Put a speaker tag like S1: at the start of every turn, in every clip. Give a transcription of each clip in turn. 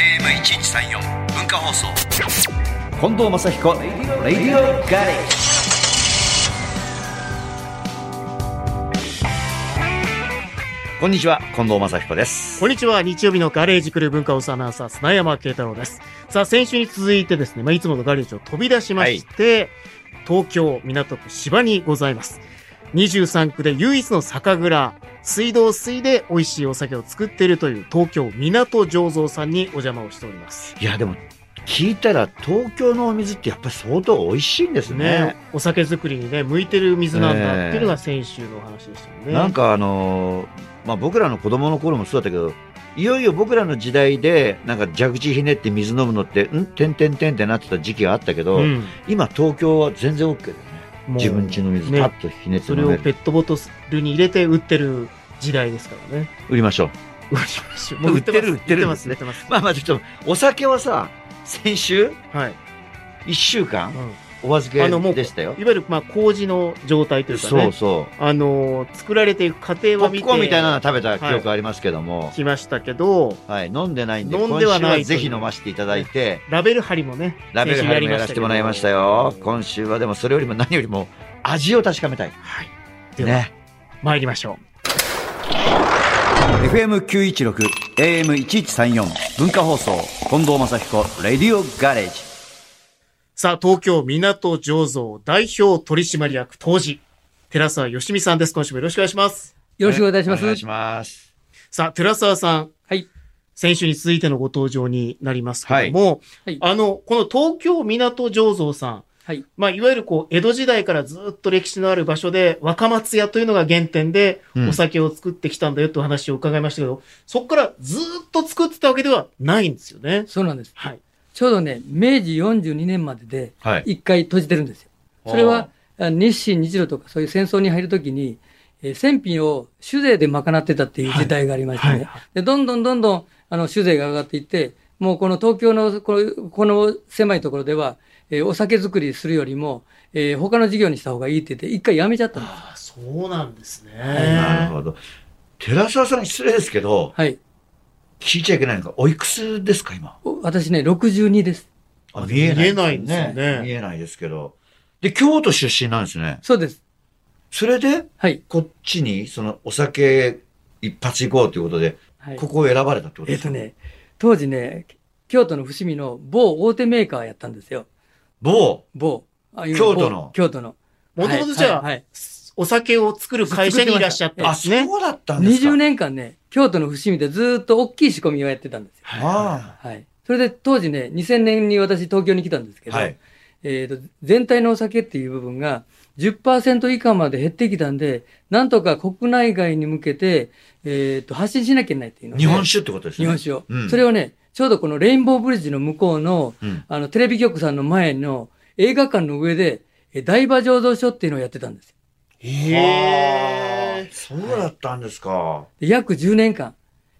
S1: FM1134 文化放送
S2: 近藤正彦レディオガレージこんにちは近藤正彦です
S3: こんにちは。日曜日のガレージクルー文化放送アナウンサー、砂山慶太郎です。さあ、先週に続いてですね、まあ、いつものガレージを飛び出しまして、東京、港区、芝にございます。23区で唯一の酒蔵、水道水で美味しいお酒を作っているという東京港醸造さんにお邪魔をしております。
S2: いやでも聞いたら東京のお水ってやっぱり相当美味しいんですね
S3: ねお酒作りにね、向いてる水なんだっていうのが先週のお話でしたよね。
S2: なんかあのーまあ、僕らの子供の頃もそうだったけどいよいよ僕らの時代でなんか蛇口ひねって水飲むのってんてんてんてんってなってた時期があったけど、
S3: うん、
S2: 今東京は全然 OK だよね
S3: もう
S2: 自分家の水パ
S3: ね
S2: ッとひねって
S3: そ
S2: 飲
S3: れ
S2: め
S3: を
S2: る
S3: ペットボトルに入れて売ってる時代ですからね。
S2: 売りましょう
S3: もうます
S2: 売ってる
S3: 売
S2: 売
S3: っ
S2: っててる
S3: ます、売ってます。
S2: まあまあちょっとお酒はさ先週
S3: はい。
S2: 1週
S3: う
S2: 間
S3: ん
S2: お預け
S3: あのもう
S2: でしたよ
S3: いわゆる、まあ、麹の状態というかね、
S2: そうそ
S3: あのー作られていく過程
S2: うポ
S3: は
S2: ッ
S3: 見
S2: プコーンみたいなの
S3: て
S2: は食べた記憶ありますけども、
S3: きましたけど、
S2: はい、飲んでないんで、
S3: 飲んではない
S2: 今週はぜひ飲ませていただいて、
S3: ラベル貼りもね、
S2: ラベル貼りもやらせてもらいましたよ
S3: 先週やりました。けど
S2: 今週はでもそれよりも何よりも味を確かめたい。
S3: はい。では、
S2: ね。
S3: 参りましょ
S2: FM916、AM1134、文化放送、近藤正彦、レディオガレージ。
S3: う。さあ、東京港醸造代表取締役当時、寺沢よしみさんです。今週もよろしくお願いします。
S4: よろしくお願いいたします。
S2: お願いします。
S3: さあ、寺沢さん。
S4: はい。
S3: 先週に続いてのご登場になりますけれども、
S4: はい
S3: あの、この東京港醸造さん、
S4: はい。
S3: まあ、いわゆるこう、江戸時代からずっと歴史のある場所で、若松屋というのが原点で
S2: う、ん
S3: お酒を作ってきたんだよという話を伺いましたけど、そこからずっと作ってたわけではないんですよね。
S4: そうなんです。
S3: はい。
S4: ちょうどね、明治42年までで、
S2: はい。
S4: 一回閉じてるんですよ。それは、あ日清日露とかそういう戦争に入るときに、えー戦費を酒税で賄ってたっていう時代がありましてね。
S3: はいはい
S4: で、どんどんどんどん、あの、酒税が上がっていって、もうこの東京の、この、この狭いところでは、えーお酒作りするよりも、えー他の事業にした方がいいって言って、一回やめちゃったんです。
S3: ああ、そうなんですね。
S2: なるほど。寺澤さん失礼ですけど、
S4: はい。
S2: 聞いちゃいけないのか、おいくつですか、今。
S4: お私ね、62です。
S2: あ
S3: 見えないですよね
S2: 見えないですけど。で、京都出身なんですね。
S4: そうです。
S2: それで、
S4: はい。
S2: こっちに、その、お酒一発行こうということで、
S4: はい、
S2: ここを選ばれたってこと で
S4: えっ
S2: す
S4: と
S2: か、
S4: ね、当時ね、京都の伏見の某大手メーカーやったんですよ。
S2: 某、
S4: 某。あ今
S2: 京都の
S4: 某京都の。
S3: もともとじゃあ、
S4: はいはい
S3: お酒を作る会社にいらっしゃったん
S2: あ、
S3: ですね。
S2: そうだったんですか。
S4: 20年間ね、京都の伏見でずーっと大きい仕込みをやってたんですよ。
S2: あ
S4: はい。それで当時ね、2000年に私東京に来たんですけ
S2: あ。
S4: ど、
S2: はい。
S4: えーと、全体のお酒っていう部分が10%以下まで減ってきたんで、なんとか国内外に向けて、えーと、発信しなきゃいけないっていうので
S2: 日本酒ってことです
S4: 日
S2: ね。
S4: 本酒を、
S2: うん
S4: それをね、ちょうどこのレインボーブリッジの向こうの、
S2: うん
S4: あの、テレビ局さんの前の映画館の上で、え台場醸造所っていうのをやってたんですよ。
S3: へえ。
S2: そうだったんですか。
S4: で約10年間、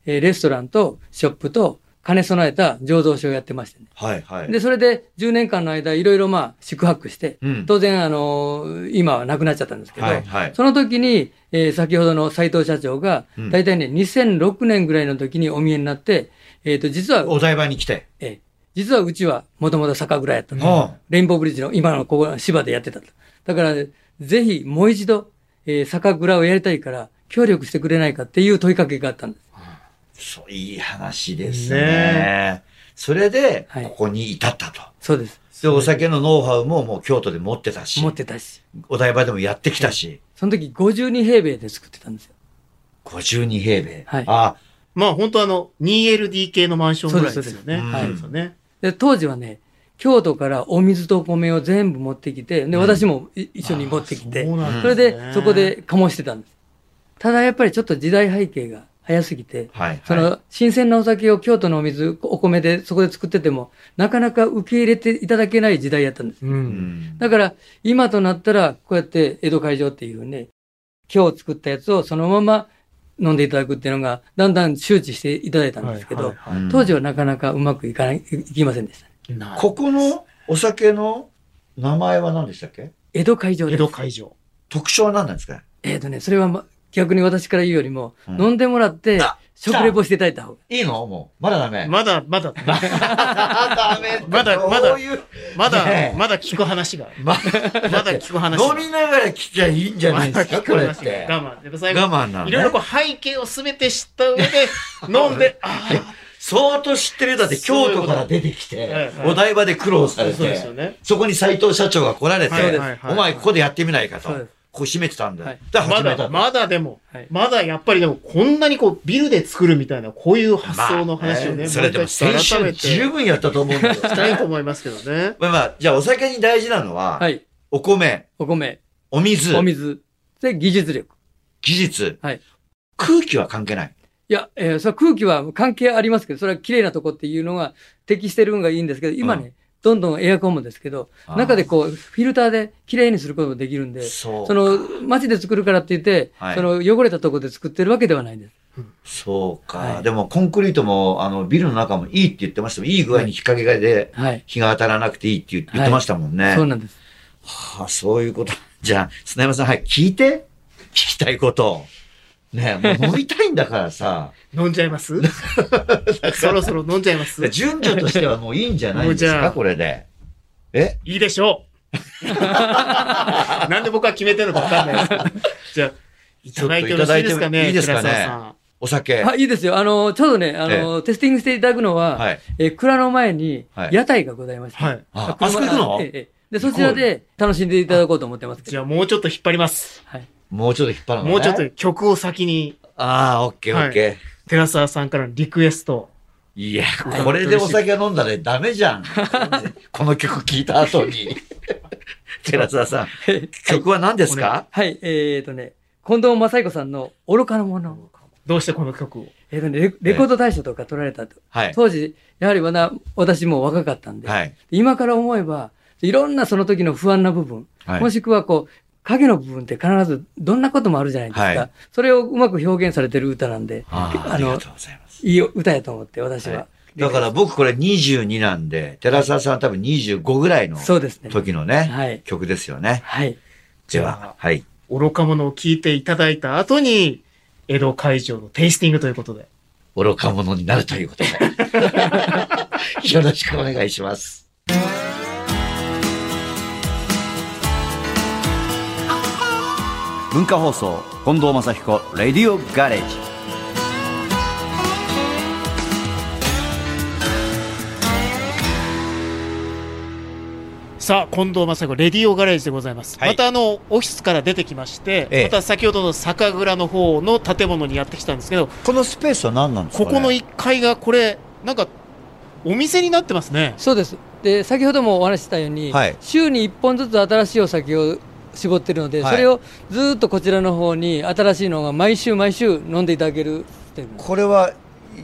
S4: えーレストランとショップと兼ね備えた醸造所をやってましたね。
S2: はい、はい。
S4: で、それで10年間の間、いろいろまあ、宿泊して、
S2: うん
S4: 当然、あのー今はなくなっちゃったんですけど、
S2: はい、はい。
S4: その時に、えー先ほどの斉藤社長が
S2: うん、
S4: 大体ね、2006年ぐらいの時にお見えになって、えっ、と、実は、
S2: お台場に来て。
S4: えー実はうちはもともと酒蔵やったと。
S2: あ
S4: レインボーブリッジの今のここ、芝でやってたと。だから、ぜひもう一度、えー酒蔵をやりたいから、協力してくれないかっていう問いかけがあったんです。
S2: そう、いい話です
S3: ね
S2: ね。それで、
S4: はい
S2: ここに至ったと。
S4: そうです。
S2: で、お酒のノウハウももう京都で持ってたし
S4: 持、ってたし。
S2: お台場でもやってきたし、
S4: その時52平米で作ってたんですよ。
S2: 52平米。
S4: はい
S2: あ
S3: まあ本当あの、2LDK のマンションぐらいです
S2: そ
S3: よね。
S2: うですそうです
S3: そうですよね。
S4: で、当時はね、京都からお水とお米を全部持ってきて、で、私もい一緒に持ってきて、
S3: あーそうなん
S4: それ
S3: ですね
S4: で、そこで醸してたんです。ただやっぱりちょっと時代背景が早すぎて、
S2: はい、はい。
S4: その新鮮なお酒を京都のお水、お米でそこで作ってても、なかなか受け入れていただけない時代やったんです。
S3: う。
S2: うんん
S4: だから、今となったら、こうやって江戸会場っていうね、今日作ったやつをそのまま飲んでいただくっていうのが、だんだん周知していただいたんですけど、
S3: はいはいはい
S4: 当時はなかなかうまくいかない、いきませんでした。
S3: なるほど
S2: ここのお酒の名前は何でしたっけ
S4: 江戸会場です。
S3: 江戸会場。
S2: 特徴は何なんですか
S4: えっ、とね、それは、ま、逆に私から言うよりも、
S2: うん
S4: 飲んでもらって
S2: あ、
S4: 食レポしていただいた方が。
S2: いいのもう。まだダメ。
S3: まだ、まだ、
S2: ダメ
S3: まだまだ
S2: どういう
S3: ま
S2: ね
S3: だ、
S2: え
S3: まだ聞く話が。
S2: ま
S3: まだ聞く話が。
S2: 飲みながら聞きゃいいんじゃないですか、これっ
S3: まだ聞く話が
S2: て。
S3: 我慢。やっぱ最後、
S2: 我慢なの
S3: いろいろ
S2: ね
S3: こう背景をすべて知った上 で、飲んで、あ
S2: 相当知ってるだって
S3: そう
S2: 京
S3: いうこと
S2: 都から出てき
S3: はい
S2: て
S3: は、い
S2: お台場で苦労され
S3: そうですよ
S2: て
S3: ね、
S2: そこに斎藤社長が来られて
S3: はいはいはい、はい
S2: お前ここでやってみないかと
S4: そうです、
S2: こう締めてたんだ
S4: は
S2: よ
S4: い。
S2: だ
S3: あ、
S2: から始
S3: ま
S2: めた
S3: だ、
S2: んだ。
S3: まだでも
S4: はい、
S3: まだやっぱりでも、こんなにこう、ビルで作るみたいな、こういう発想の話を
S2: まあ
S3: ね、
S2: ねそれでも先
S3: 改
S2: 週
S3: めて
S2: 十分やったと思うん だけど
S3: し。たいと思いますけどね。
S2: まあまあ、じゃあお酒に大事なのは
S4: は、い。
S2: お米、
S4: お米、
S2: お水
S4: お、水、で、技術力。
S2: 技術
S4: はい、
S2: 空気は関係ない。
S4: いや、えーそれは空気は関係ありますけど、それは綺麗なとこっていうのが適してるのがいいんですけど、今ね、
S2: う
S4: どんどんエアコンもですけど、
S2: あー
S4: 中でこう、フィルターで綺麗にすることもできるんで、
S2: そ
S4: そ
S2: う。
S4: の、街で作るからって言って、
S2: はい
S4: その、汚れたとこで作ってるわけではないんです。
S2: そうか、
S4: はい
S2: でもコンクリートも、あの、ビルの中もいいって言ってましたもん。いい具合に日陰がで、
S4: はい。
S2: 日が当たらなくていいって言言ってましたもんね。
S4: そうなんです。
S2: はあ、そういうこと。じゃあ、砂山さん、はい、聞いて。聞きたいことを。ねえもう飲みたいんだからさ、
S3: 飲んじゃいます そろそろ飲んじゃいますい
S2: 順序としてはもういいんじゃないです
S3: もうじゃ
S2: か、
S3: あ
S2: これで。え
S3: いでしょう なんで僕は決めてるのかわかんないですけど。じゃあ、いただいてよろしいですかね
S2: いいですか
S3: 寺澤
S2: ね
S3: さん。
S2: お酒。
S4: あ、いいですよ。あの、ちょうどね、あの、テスティングしていただくのは、
S2: はい
S4: えー蔵の前に
S2: はい
S4: 屋台がございまして、
S3: はい。
S2: あ、あ
S4: 車
S2: そこ行くの
S4: ええええで、そちらで楽しんでいただこうと思ってますけ
S3: じ
S4: ど。
S3: ゃあもうちょっと引っ張ります。
S4: はい。
S2: もうちょっと引っ張るの、ね、
S3: もうちょっと。曲を先に、
S2: ああ、オッケーオッケー。
S3: 寺澤さんからのリクエスト。
S2: いや、これでお酒飲んだらダメじゃ ん。この曲聴いた後に。寺澤さん、曲は何ですか
S4: はい、えっ、とね、近藤正彦さんの愚かなもの。
S3: どうしてこの曲を
S4: えーとね、レレコード大賞とか取られたと。
S2: はい。
S4: 当時、やはりまだ私も若かったんで、
S2: はい。
S4: 今から思えば、いろんなその時の不安な部分、
S2: はい
S4: もしくはこう、影の部分って必ずどんなこともあるじゃないですか。
S2: はい
S4: それをうまく表現されてる歌なんで、
S2: あーありが
S4: の
S2: と、うございます。
S4: いい歌やと思って、私は。
S2: はいだから僕これ22なんで、寺澤さんは多分25ぐらいの
S4: そうですね。
S2: 時のね、
S4: はい。
S2: 曲ですよね。
S4: はい。
S2: では、はい。
S3: 愚か者を聞いていただいた後に、江戸会場のテイスティングということで。
S2: 愚か者になるということで。 よろしくお願いします。
S5: 文化放送近藤正彦レディオガレージ
S3: さあ、近藤正彦、レディオガレージでございます。
S2: はい
S3: またあの、オフィスから出てきまして、
S2: ええ
S3: また先ほどの酒蔵の方の建物にやってきたんですけど、
S2: このスペースは何なんですか
S3: こ
S2: ね
S3: この1階がこれ、なんか、お店になってますね。
S4: そうです。で、先ほどもお話ししたように、
S2: はい
S4: 週に1本ずつ新しいお酒を絞ってるので、
S2: はい
S4: それをずっとこちらの方に新しいのが毎週毎週飲んでいただけるステージ
S2: これは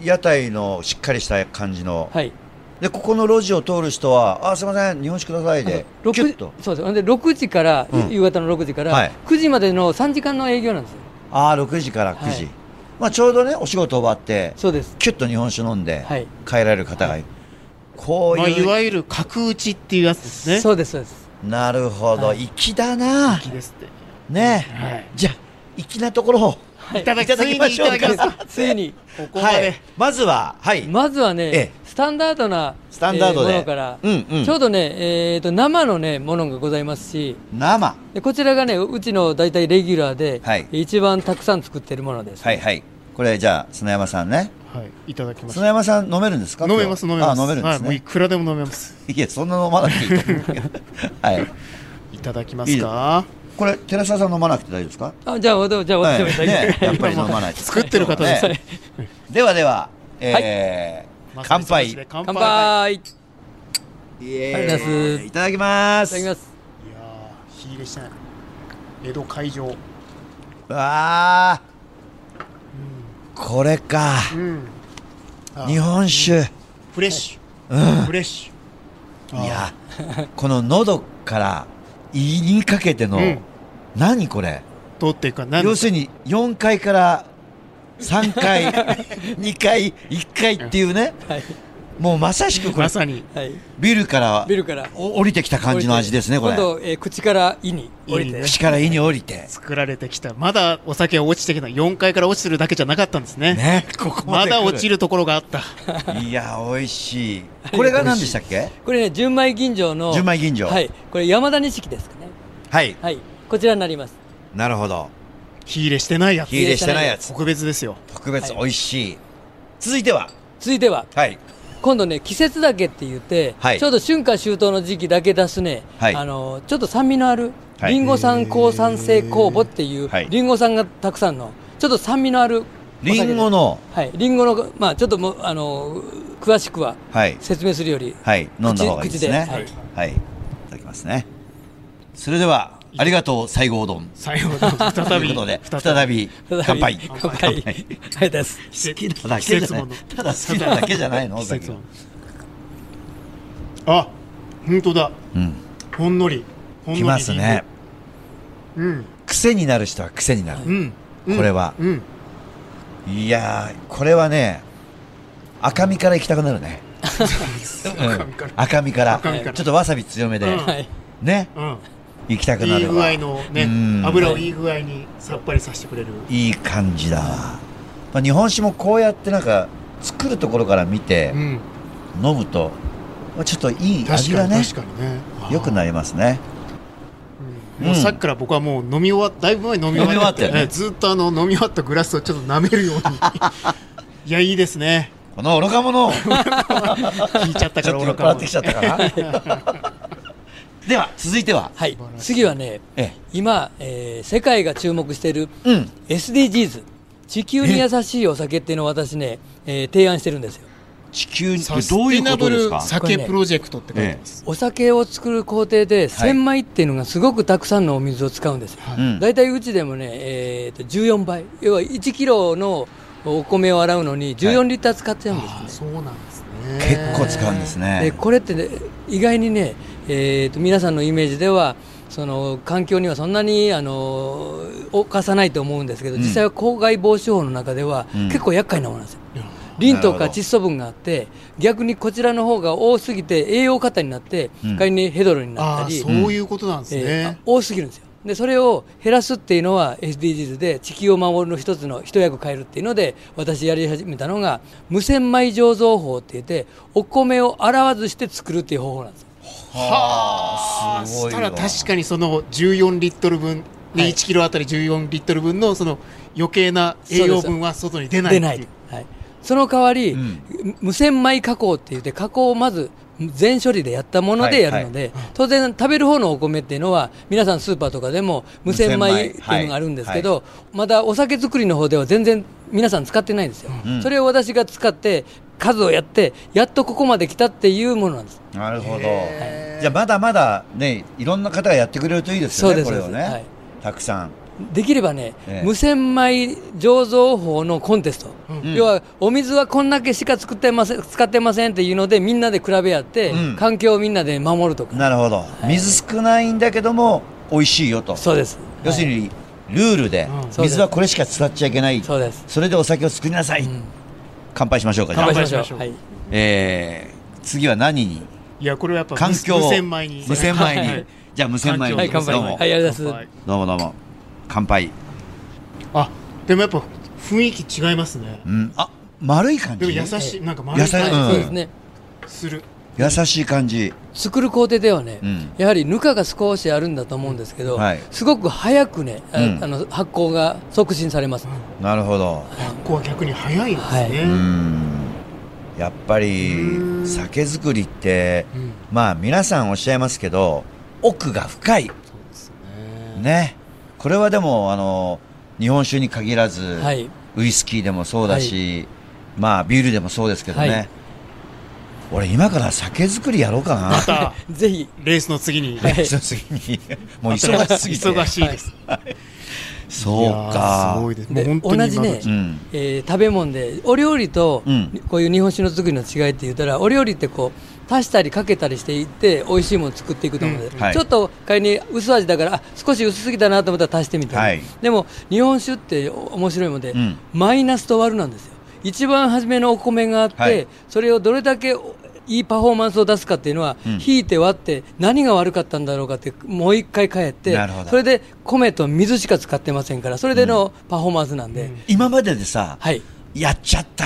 S2: 屋台のしっかりした感じの
S4: はい。
S2: でここの路地を通る人は「あすいません日本酒くださいで」
S4: あの
S2: キュッ
S4: 6
S2: と
S4: そうです。ほんで6時から、
S2: うん
S4: 夕方の6時か
S2: はい
S4: ら9時までの3時間の営業なんですよ。
S2: ああ6時から9時、
S4: はい
S2: まあ、ちょうどねお仕事終わって
S4: そうです。
S2: キュッと日本酒飲んで
S4: はい
S2: 帰られる方が、いるこう
S3: まあ、
S2: い、
S3: いうわゆる角打ちっていうやつですね。
S4: そうですそうです。
S2: なるほど、
S4: はい
S2: 粋だな
S3: 好きですって。
S2: ねえ
S3: はい。
S2: じゃあ粋なところを
S4: はい
S3: いただ
S2: いただき
S3: き
S2: ま
S3: ま
S2: し
S3: し
S2: ょ
S3: ょ
S2: う
S3: う
S2: か
S3: か。ついにいただきますこ
S4: ついに
S3: こまで。
S2: はい、まずははい、
S4: まずはね、
S2: ええ
S4: スタンダードな
S2: スタンダードで
S4: えものから、
S2: うんうん
S4: ちょうどね、えー、と生のねものがございますし。
S2: 生は
S4: でこちらがねうちの大体レギュラーで、
S2: はい
S4: 一番たくさん作ってるものです、
S2: いはいこれじゃあ砂山さんね
S3: はい、いただきまし
S2: 砂山さん飲めるんです
S3: た。
S2: か
S3: 飲めます、飲
S2: 今
S3: め
S2: 日
S3: ます。
S2: あ飲めるんです
S3: はい、もうい
S2: ね、
S3: くらでも飲めます。
S2: い、やそんな飲まなくていいと思うけどはい
S3: いただきますか。
S2: これ寺澤さん飲まなくて大丈夫ですか
S4: あじゃあじゃあ
S2: は
S4: 私
S2: い
S4: もいただきます、
S2: ね、やっぱり飲まないと
S3: 作ってる方です
S2: ねではでは、えー
S3: まさ
S2: 乾
S3: に
S2: 杯
S3: その口で乾
S4: 乾
S3: 杯。
S4: 杯
S2: あ
S4: いありがとうございます
S2: いただきます
S4: ただき
S3: いや
S4: ます
S3: ー、火入れしてない。江戸会場。
S2: わあこれか
S3: うん。あ
S2: 日本酒
S3: フレッシュ。フレッシュ。
S2: いやこの喉から胃にかけての、
S3: うん
S2: 何これ
S3: どうっていうか、なん
S2: 要するに4回から3回2回1回っていうね
S4: はい
S2: もうまさしくこれ
S3: ま、さに。
S4: はい、
S2: ビルから
S4: ビルから
S2: お降りてきた感じの味ですね、これ
S4: 今。度、えー口から胃に降り
S3: 胃に
S4: て
S3: ね
S2: 口から胃に降りて。
S3: 作られてきた。まだお酒は落ちてきた。4階から落ちてるだけじゃなかったんですね。
S2: ね、ここまで来
S3: ま
S2: る
S3: だ落ちるところがあった。
S2: いや、美味しい。これが何でしたっけ
S4: これね純米吟醸の
S2: 純米吟醸
S4: はいこれ山田錦ですかね
S2: はい、
S4: はいこちらになります
S2: なるほど。
S3: 火入れしてないやつ
S2: 火。入れしてないやつ。
S3: 特別ですよ。
S2: 特別
S4: はい
S2: 美味しい。続いては
S4: 続いては
S2: はい。
S4: 今度ね季節だけって言って、
S2: はい
S4: ちょうど春夏秋冬の時期だけ出すね、
S2: はい
S4: あのちょっと酸味のある
S2: はい
S4: リンゴ酸抗酸性酵母っていう、
S2: はい
S4: リンゴ酸がたくさんのちょっと酸味のあるお
S2: リ
S4: 酒で
S2: ンゴの、
S4: はいリンゴのまあちょっともうあの詳しくは
S2: はい、
S4: 説明するより
S2: はい、飲んだ方がいいですね。
S4: 口
S2: はい
S4: 口で、
S2: はい、いただきますね。それでは、ありがとう、西郷丼。
S3: 最後の
S2: と い
S3: 再
S2: う
S3: び。
S2: ことで、再び、乾杯。
S4: 乾杯はいです
S3: 季
S2: 好き
S3: 節
S2: なだけじゃない
S3: 季節もの
S2: ただ好きなだけじゃないのお
S3: 季
S2: 酒
S3: 節
S2: は
S3: ものあ、本当だ。
S2: うん
S3: ほんのり。ほんの
S2: き
S3: り
S2: ますね
S3: リンゴ。
S2: 癖になる人は癖になる、
S3: うん。うん。
S2: これは
S3: うん。
S2: いやーこれはね赤身から行きたくなるね、うん
S3: 赤身から
S2: 赤身から
S3: 赤身から
S2: ちょっとわさび強めで、
S3: うん
S4: はい
S2: ね
S3: うん。
S2: 行きたくない
S3: い
S2: る
S3: 具
S2: わ
S3: 合のね
S2: うん、
S3: 油をいい具合にさっぱりさせてくれる。
S2: いい感じだわ、まあ、日本酒もこうやってなんか作るところから見て
S3: うん。
S2: 飲むとまあちょっといい味
S3: 確
S2: が
S3: か
S2: ね
S3: に確かにね。
S2: 良くなりますね
S3: もうさっきから僕はもう飲み終わっだいぶ前に飲み終わって
S2: 飲み終わったよね
S3: ええずっとあの飲み終わったグラスをちょっと舐めるよ うにいやいいですね
S2: この愚か 者
S3: 聞いちゃった
S2: ち
S3: か
S2: ょ
S3: ら
S2: っと酔っ
S3: か
S2: 払ってきちゃったかな では続いては
S4: はい
S3: 素晴らしい
S4: 次はね
S2: え
S4: 今、えー世界が注目している
S2: えうん
S4: SDGs 地球に優しいお酒っていうのを私ね、えー提案してるんですよ
S2: 地球に
S3: サス
S2: どうい
S3: テ
S2: う
S3: ナ
S2: こ
S3: ブ
S2: とです
S3: ル
S2: か
S3: 酒プロジェクトって書いてます、
S4: お酒を作る工程で
S2: はい
S4: 千枚っていうのがすごくたくさんのお水を使うんですよ、
S2: う
S3: はい
S2: ん
S4: だいたいうちでもね、えーと14倍要は1キロのお米を洗うのに14リッター使っちゃうんですね
S3: あ、あそうなんですね
S2: 結構使うんですね
S4: でこれってね、意外にね、えーと皆さんのイメージではその環境にはそんなにあの侵さないと思うんですけど、
S2: うん
S4: 実際は公害防止法の中では、
S2: うん
S4: 結構厄介なものなんですよ。
S3: いや
S4: リンと
S2: なる
S4: か
S2: ほど
S4: 窒素分があって逆にこちらの方が多すぎて栄養過多になって、
S2: うん
S4: 仮にヘドロにな
S3: あ
S4: った
S3: あ
S4: り、
S3: そういうことなんですね、
S4: えーあ多すぎるんですよでそれを減らすっていうのは SDGs で地球を守るの一つの一役変えるっていうので私やり始めたのが無洗米醸造法って言ってお米を洗わずして作るっていう方法なんですよ
S2: は
S3: あ
S2: あ、
S3: あ
S2: すご
S3: そ
S2: い
S3: し
S2: わ
S3: たら確かにその14リットル分で
S4: はい
S3: 1キロあたり14リットル分のその余計な栄養分は外に出ない
S4: 出
S3: って
S4: ない
S3: いう
S4: と、はい、その代わり、
S2: うん
S4: 無洗米加工って言って加工をまず全処理でやったものでやるので、当然食べる方のお米っていうのは皆さんスーパーとかでも無洗
S2: 無洗米
S4: 米っていうのがあるんですけど、まだお酒作りの方では全然皆さん使ってないんですよ、
S2: うん
S4: それを私が使って数をやってやっとここまで来たっていうものなんです
S2: なるほど
S3: へー
S2: じゃあまだまだねいろんな方がやってくれるといいですよ
S4: そう
S2: ね
S4: です
S2: これをね、
S4: そうですはい
S2: たくさん
S4: できればね、
S2: ええ
S4: 無洗米醸造法のコンテスト、
S2: うん
S4: 要はお水はこんだけしか作ってません使ってませんっていうのでみんなで比べ合って、
S2: うん
S4: 環境をみんなで守るとか
S2: なるほど、
S4: い
S2: 水少ないんだけども美味しいよと
S4: そうです
S2: 要する
S4: はい
S2: にルールで
S3: うんそうです
S2: 水はこれしか伝っちゃいけない、
S4: そうです、
S2: それでお酒を作りなさい、
S4: うん
S2: 乾杯しましょうかじゃあ
S4: 乾杯しましょう
S3: 乾杯しましょう
S4: はい
S2: えー次は何に
S3: いやこれはやっぱ
S2: 環境を
S3: 無洗米に
S2: 無洗米に、
S3: はい
S2: じゃあ無洗米に、
S4: はい乾杯
S2: どうも、
S4: はいありがとうございます
S2: どうもどうも乾杯
S3: あでもやっぱ雰囲気違いますね
S2: うんあ丸い感
S3: でも
S2: じ
S3: 優しいなんか丸い
S2: 優しい
S3: 感
S2: ん
S4: そうですね
S3: じする、
S2: 優しい感じ
S4: 作る工程ではね、
S2: うん
S4: やはりぬかが少しあるんだと思うんですけど、
S2: はい
S4: すごく早くね、あ
S2: うん
S4: あの発酵が促進されます、
S2: なるほど
S3: ここは逆に早いですね、
S4: はいう
S2: うんやっぱ
S3: う
S2: り
S3: ん
S2: 酒造りって
S3: うん
S2: まあ皆さんおっしゃいますけど奥が深い
S3: そうですね
S2: ねこれはでもあの日本酒に限らず、
S4: はい
S2: ウイスキーでもそうだし、まあビールでもそうですけどね、
S4: はい
S2: 俺今から酒造りやろうか な
S3: また
S4: ぜひ
S3: レースの次 に
S4: はい
S2: その次にもう忙しすぎて
S3: 忙しいです、
S2: そう
S3: いやー
S2: か
S3: すごいですも
S4: で
S3: う本当に
S4: 同じね
S3: 今
S2: う
S3: の
S2: ん
S4: えー食べ物でお料理と、
S2: うん
S4: こういう日本酒の作りの違いって言ったらお料理ってこう足したりかけたりしていって美味しいもの作っていくと思うんで、
S2: うんはい
S4: ちょっと仮に薄味だからあ少し薄すぎたなと思ったら足してみたり、
S2: はい
S4: でも日本酒ってお面白いもんで、
S2: うん
S4: マイナスと割るなんですよ一番初めのお米があって、
S2: はい
S4: それをどれだけいいパフォーマンスを出すかっていうのは、
S2: うん
S4: 引いて割って何が悪かったんだろうかってもう一回帰って
S2: なるほど
S4: それで米と水しか使ってませんからそれでのパフォーマンスなんで、
S2: 今まででさ、
S4: はい
S2: やっちゃった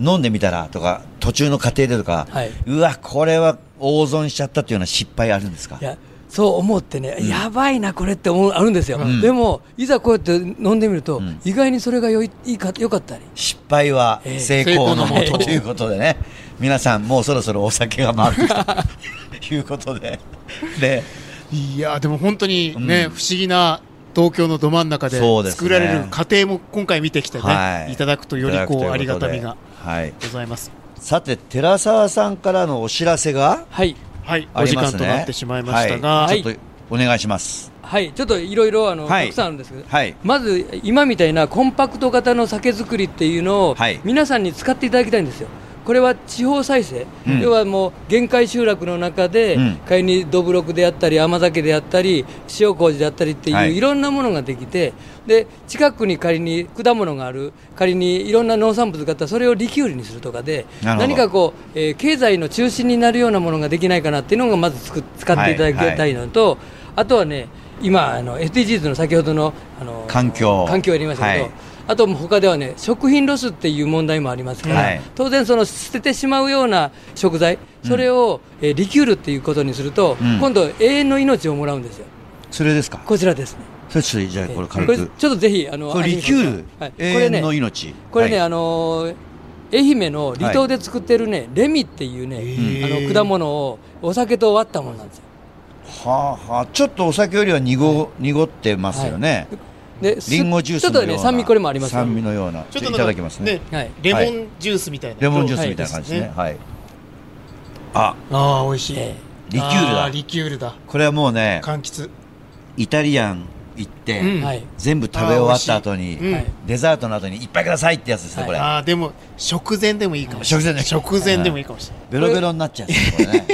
S2: 飲んでみたらとか途中の過程でとか、
S4: はいう
S2: わこれは大損しちゃったっていうような失敗あるんですか
S4: いやそう思ってね、やばいな、これって思うあるんですよ、
S2: ん
S4: でも、いざこうやって飲んでみると、
S2: ん
S4: 意外にそれがよいいいかよかったり、
S2: 失敗は
S4: ええ
S2: 成功のも
S4: 成
S2: と
S4: 功のもと
S2: ということでね、皆さんもうそろそろお酒が回ると いうことでで
S3: いやーでも本当にね、
S2: うん
S3: 不思議な東京のど真ん中で
S2: そうですね
S3: 作られる過程も今回見てきてね、
S2: はい
S3: い、ただくとよりこうありがたみが
S2: はい
S3: ございます。
S2: さて寺澤さんからのお知らせが
S4: はい、
S3: はい、
S2: あ
S3: お時
S2: りますね
S3: 間となってしまいましたが、
S4: はい
S2: ちょっとお願いします
S4: はい、ちょっといろいろあの、
S2: はい
S4: たくさんあるんですけど、
S2: はい
S4: まず今みたいなコンパクト型の酒造りっていうのを、
S2: はい
S4: 皆さんに使っていただきたいんですよ。これは地方再生、
S2: うん
S4: 要はもう限界集落の中で、
S2: うん
S4: 仮にどぶろくであったり甘酒であったり塩麹であったりっていう、
S2: はい
S4: い、ろんなものができてで近くに仮に果物がある仮にいろんな農産物があったらそれをリキュールにするとかで
S2: なるほど
S4: 何かこう、えー経済の中心になるようなものができないかなっていうのがまずつく使っていただきたいのと、あとはね今あの SDGs の先ほどのあの
S2: 環境
S4: 環境やりましたけど、
S2: はい
S4: あともう他ではね食品ロスっていう問題もありますから、
S2: はい
S4: 当然その捨ててしまうような食材それを、えーリキュールっていうことにすると、
S2: うん
S4: 今度永遠の命をもらうんですよ
S2: それですか
S4: こちらですね
S2: それちょっとじゃあこれ軽
S4: これちょ
S2: く
S4: っとぜひあの
S2: これリキュール、
S4: はいこ
S2: 永
S4: れね
S2: 遠の命
S4: これ
S2: は
S4: ね、
S2: い
S4: あのー愛媛の離島で作ってるね、レミっていうね、
S3: ー
S4: あの果物をお酒と割ったものなんですよ。
S2: はあはあちょっとお酒よりは濁,、濁ってますよね、
S4: で、
S2: リンゴジュース
S4: ちょ
S2: の
S4: っ
S2: よ
S4: と
S2: うな
S4: ね酸味これもありますよ。
S2: 酸味のようなちょっといただきますね
S4: はい。
S3: レモンジュースみたいな、
S2: レモンジュースみたいな感じですね
S3: はい
S2: はい、あ
S3: ああ美味しい、
S4: え
S2: リキュール
S3: あ
S2: だ
S3: リキュールだ
S2: これはもうね
S3: 柑橘
S2: イタリアン行って、
S3: うん
S4: えはい。
S2: 全部食べ終わった後に、
S3: あー美味しいうん
S4: はい
S2: デザートの後にいっぱいくださいってやつですね、
S4: はい
S2: これ
S3: ああでも食前でもいいかもしれない
S2: 食前でも
S3: 食前でもいいかもしれない、
S2: ベロベロになっちゃうんですよこれね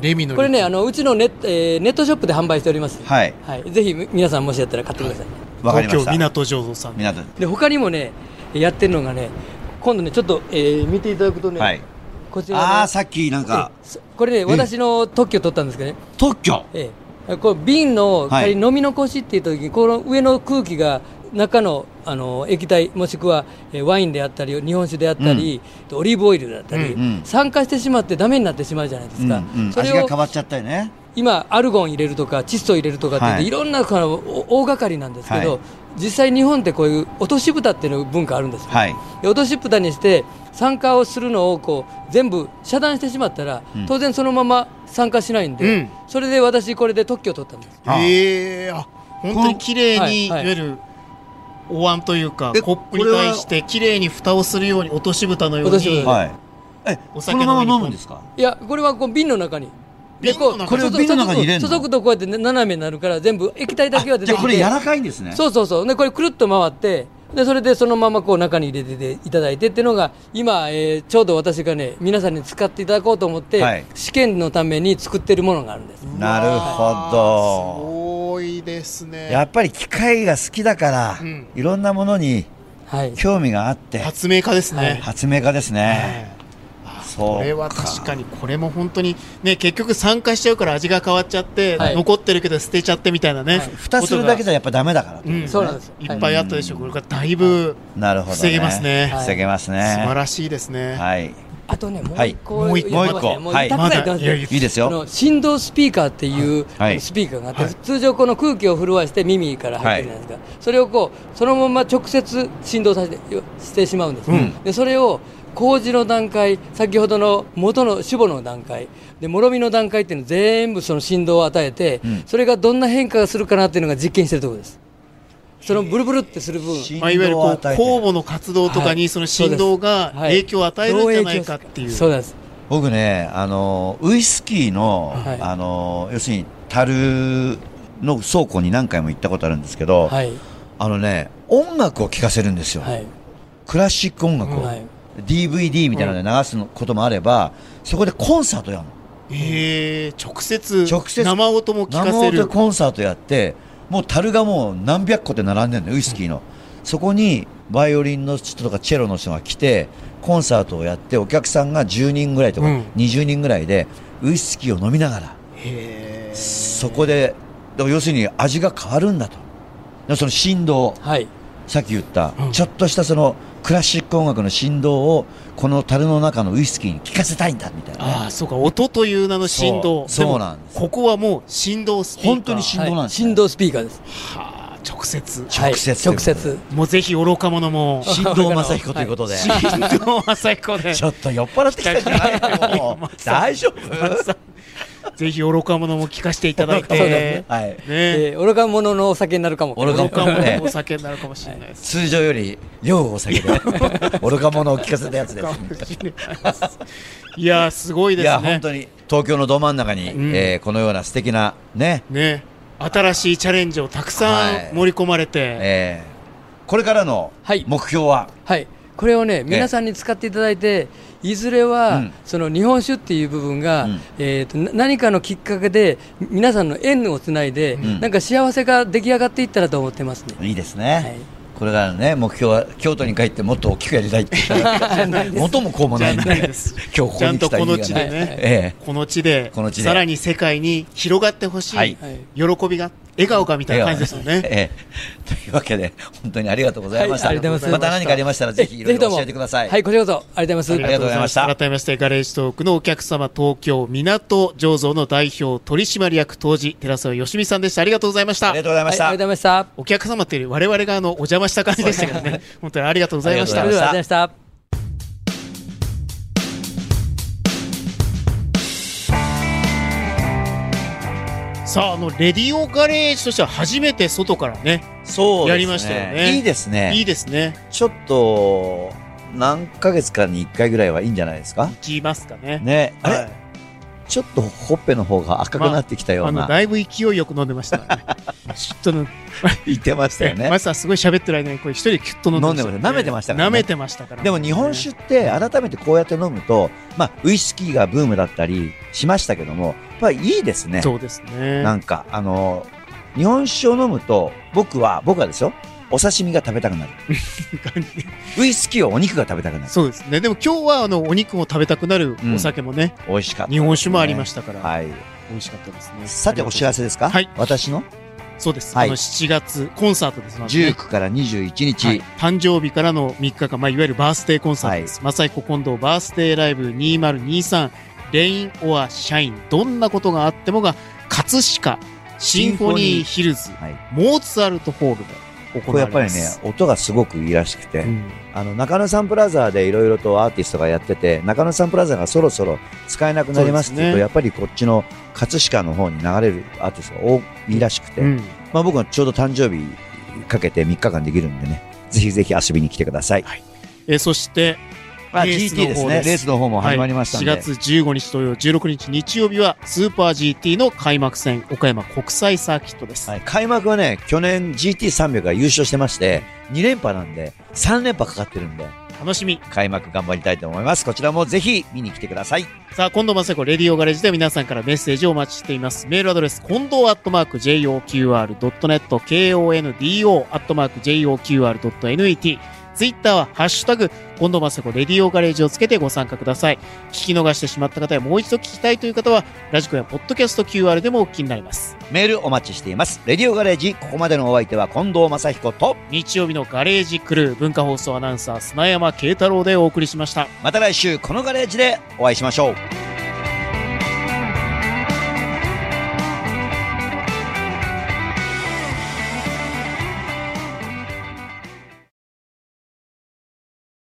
S3: レミのリキュール
S4: これねあのうちのネット、えーネットショップで販売しております。い。
S2: はい
S4: ぜひみ皆さんもしやったら買ってください。
S2: わかりま
S3: 東
S2: した
S3: 京港醸造さん
S2: 港
S4: で他にもねやってるのがね今度ねちょっと、えー見ていただくとね、
S2: はい
S4: こちらね
S2: ああさっきなんか
S4: えそこれね私の特許取ったんですけどね。
S2: 特許
S4: ええ、こう瓶の
S2: はい
S4: 仮に飲み残しっていう時に、この上の空気が中のあの液体もしくはえーワインであったり日本酒であったり、オリーブオイルであったり、
S2: うんうん
S4: 酸化してしまってダメになってしまうじゃないで
S2: う
S4: す
S2: んう
S4: か、
S2: ん、
S4: そ
S2: 味
S4: れ
S2: が
S4: を
S2: 変わっちゃったよね
S4: 今アルゴン入れるとか窒素入れるとかって言って、
S2: はい
S4: い、ろんなこのお大掛かりなんですけど、
S2: はい
S4: 実際日本ってこういう落とし蓋っていうの文化あるんですよ、
S2: はい
S4: で落とし蓋にして酸化をするのをこう全部遮断してしまったら、
S2: うん
S4: 当然そのまま酸化しないんで、
S3: うん
S4: それで私これで特許を取ったんです
S2: ああ
S3: ええあ本当に綺麗にい
S4: はいはい
S3: わゆるお椀というか
S2: え
S3: コップに対して綺麗に蓋をするように落とし蓋のよう
S4: 落とし
S3: に
S4: 蓋
S2: はいえ
S3: お
S2: こ
S3: 酒
S2: の
S3: の
S2: ま
S3: 上に
S2: ま飲むんですか
S4: いやこれはこう瓶の中にで
S3: 瓶の中に
S4: う
S2: これを瓶の中に入れんの
S4: 注ぐとこうやってね斜めになるから全部液体だけは出
S2: じゃ
S4: てき
S2: あこ
S4: て
S2: れ柔らかいんですね
S4: そうそうそうでこれくるっと回ってでそれでそのままこう中に入れていただいてっていうのが今、えーちょうど私がね皆さんに使っていただこうと思って、
S2: はい
S4: 試験のために作ってるものがあるんです
S2: なるほど
S3: うわーすごいですね
S2: やっぱり機械が好きだから、
S3: うん
S2: いろんなものに
S4: はい
S2: 興味があって
S3: 発明家ですね、
S2: 発明家ですね、
S3: はい
S2: そう
S3: これは確かにこれも本当にね結局酸化しちゃうから味が変わっちゃって、
S4: はい
S3: 残ってるけど捨てちゃってみたいなね、
S2: 蓋するだけじゃやっぱダメだからと、
S3: うん、
S4: そうなんです
S3: いっぱいあったでしょ、これがだいぶ
S2: なるほど、ね、
S3: 防げますね
S4: はい
S2: 防げますね、
S3: 素晴らしいですね、
S2: はい
S4: あとねもう
S2: はい
S4: 一個
S3: もう一個
S4: 言ってますね
S2: も
S4: も
S2: う
S4: う
S2: 一個
S4: たくさん言ってま
S3: はいま
S4: すね
S3: だいやいや
S2: いいです
S4: あ
S2: よ
S4: の振動スピーカーっていう、
S2: はい
S4: あのスピーカーがあって、
S3: はい
S4: 通常この空気を震わして耳から入ってるじゃないですか、それをこうそのまま直接振動させてよしてしまうんです、
S2: うん
S4: でそれを工事の段階先ほどの元の主母の段階でもろみの段階っていうのを全部その振動を与えて、
S2: うん
S4: それがどんな変化がするかなっていうのが実験してるところですそのブルブルってする分
S2: 振動
S3: まあ、いわゆる
S2: を
S3: こう
S2: 与えて
S3: 酵母の活動とか
S4: は
S3: に
S4: い
S3: その振動が
S4: そうですはい
S3: 影響を与えるんじゃないかっていう、
S4: そうなんです
S2: 僕ねあのウイスキーの,、
S4: はい
S2: あの要するに樽の倉庫に何回も行ったことあるんですけど、
S4: はい
S2: あのね音楽を聴かせるんですよ、
S4: はい
S2: クラシック音楽を、
S4: はい
S2: DVD みたいなので流すのこともあれば、そこでコンサートやるの
S3: えー直接
S2: 直接
S3: 生音も聞か
S2: 生
S3: せ
S2: 音で
S3: る
S2: コンサートやってもう樽がもう何百個って並んでるのよウイスキーの、そこにバイオリンの人とかチェロの人が来てコンサートをやってお客さんが10人ぐらいとか
S3: うん
S2: 20人ぐらいでウイスキーを飲みながら
S3: へえ
S2: そこでだから要するに味が変わるんだとだからその振動
S4: はい
S2: さっき言った、
S3: うん
S2: ちょっとしたそのクラシック音楽の振動をこの樽の中のウイスキーに聞かせたいんだみたいなね、
S3: ああそうか音という名の振動
S2: そう
S3: も
S2: そうなんです
S3: ここはもう振動スピーカー
S2: 本当に振動なん
S4: は
S2: で
S4: い、
S2: すね
S4: 振動スピーカーです
S3: はあ直接
S2: 直接
S4: はい、直接
S3: もうぜひ愚か者も
S2: 振動正彦という ことで、
S3: 振動正 彦で
S2: ちょっと酔っ払ってきたんじゃ ないのもう大丈夫
S3: ぜひ愚か者も聞かせていただい
S2: そうです
S3: て
S2: ねはい
S3: ね
S4: えー、愚か者のお酒になるかも
S2: 愚か
S3: 愚か
S2: 者
S3: 者
S2: ね
S3: もお酒になるかもしれない です
S2: 通常より量をお酒 で愚か者を聞かせたやつで
S3: かも
S2: す
S3: しれないですいやーすごい
S2: い
S3: で
S2: や
S3: す
S2: 本
S3: ね
S2: 当に東京のど真ん中に、
S3: ん
S2: えーこのような素敵なね、
S3: ね新しいチャレンジをたくさん盛り込まれて
S2: えーこれからの
S4: はい
S2: 目標は、
S4: はい、これをね、皆さんに使っていただいて、いずれは、
S2: うん
S4: その日本酒っていう部分が、
S2: うん
S4: えーとな何かのきっかけで、皆さんの縁をつないで、
S2: ん
S4: なんか幸せが出来上がっていったらと思ってますね。
S2: いいですね、
S4: はい
S2: これからのね目標は京都に帰ってもっと大きくやりたいって言 ったら元も子も
S3: じ
S2: な
S3: ゃ
S2: いん
S3: ない
S2: で
S3: です
S2: 今日こ
S3: ち
S2: こ
S3: ゃん
S2: に
S3: と
S2: 来た
S3: こ
S2: 意
S3: の
S2: 味
S3: 地
S2: がな
S3: で
S2: い、
S4: ね
S2: え
S3: この地で
S2: この地で
S3: さらに世界に広がってほしい、
S2: はい
S4: はい
S3: 喜びが笑顔がみ
S2: え
S3: たいな感じですよね、
S2: え えというわけで本当にありがとうございました、
S4: はいありがとうございま
S2: ますた何かありましたらぜひいろいろ教えてください、
S4: はい、こちらこそ、ありがとうござい
S2: あ
S4: ま
S2: りが
S4: す。
S2: とうございました
S3: 改めまして、ガレージトークのお客様、東京港醸造の代表取締役当時、寺澤よしみさんでした。ありがとうございまし
S2: あ
S3: た
S2: りが。とうございました、
S4: はいありがとうございました。
S3: お客様というより我々があのお邪魔した感じでしたけ どね。本当にありがとうございまし
S2: あ
S3: た
S2: りがとうございま。した
S4: それではありがとうございました。
S3: さあ、あの、レディオガレージとしては初めて外からね、
S2: そうですね
S3: やりましたよね
S2: いいですね
S3: いいですね。
S2: ちょっと何ヶ月かに1回ぐらいはいいんじゃないですか
S3: 行きますかね。
S2: ねあれ、
S3: はい
S2: ちょっとほっぺの方が赤くなってきたよう
S3: あ
S2: な、
S3: の、だいぶ勢いよく飲んでました からね。ちょっとね、
S2: 言ってましたよね
S3: マスターすごい喋ってる間に、これ一人でキュッと飲んでました、
S2: 飲んでました舐めてましたからね
S3: 舐めてましたから
S2: でも日本酒って改めてこうやって飲むと、まあ、ウイスキーがブームだったりしましたけどもやっぱりいいですね
S3: そうですね。
S2: なんかあの日本酒を飲むと僕は僕はですよお刺身が食べたくなるウイスキーはお肉が食べたくなる
S3: そうですね。でも今日はあのお肉も食べたくなるお酒もね、
S2: 美味しかった、
S3: 日本酒もありましたから、
S2: はい、
S3: 美味しかったですね。
S2: さてお知ら
S3: せ。
S2: せですか、
S3: はい
S2: 私の
S3: そうです。
S2: はい
S3: あの7月コンサートですので、
S2: 19から21日、
S3: はい誕生日からの3日間、まあ、いわゆるバースデーコンサートです。まさマサイコ近藤バースデーライブ2023レインオアシャインどんなことがあってもが葛飾シンフォニーヒルズ
S2: はい
S3: モーツァルトホールで行
S2: これ
S3: わ
S2: やっ
S3: れ
S2: ぱ
S3: ま
S2: りね
S3: す。
S2: 音がすごくいいらしくて、
S3: うん
S2: あの中野サンプラザでいろいろとアーティストがやってて中野サンプラザがそろそろ使えなくなりますって言う
S3: そうです
S2: と
S3: ね
S2: やっぱりこっちの葛飾の方に流れるアーティストが多いらしくて、
S3: うん
S2: まあ、僕はちょうど誕生日かけて3日間できるんでねぜひぜひ遊びに来てください、
S3: えーそして、
S2: まあ、
S3: レース
S2: GT
S3: の
S2: です
S3: 方
S2: ね
S3: です
S2: レースの方も始まりましたんで、
S3: はい、4月15日土曜16日日曜日はスーパー GT の開幕戦岡山国際サーキットです、
S2: はい開幕はね去年 GT300 が優勝してまして2連覇なんで3連覇かかってるんで
S3: 楽しみ
S2: 開幕頑張りたいと思いますこちらもぜひ見に来てください
S3: さあ近藤正子レディオガレージでは皆さんからメッセージをお待ちしていますメールアドレス近藤アットマーク JOQR.net KONDO アットマーク JOQR.net ツイッターはハッシュタグ近藤正子レディオガレージをつけてご参加ください聞き逃してしまった方やもう一度聞きたいという方はラジコやポッドキャスト QR でもお聞きになります
S2: メールお待ちしていますレディオガレージここまでのお相手は近藤正彦と
S3: 日曜日のガレージクルー文化放送アナウンサー砂山慶太郎でお送りしました
S2: また来週このガレージでお会いしましょう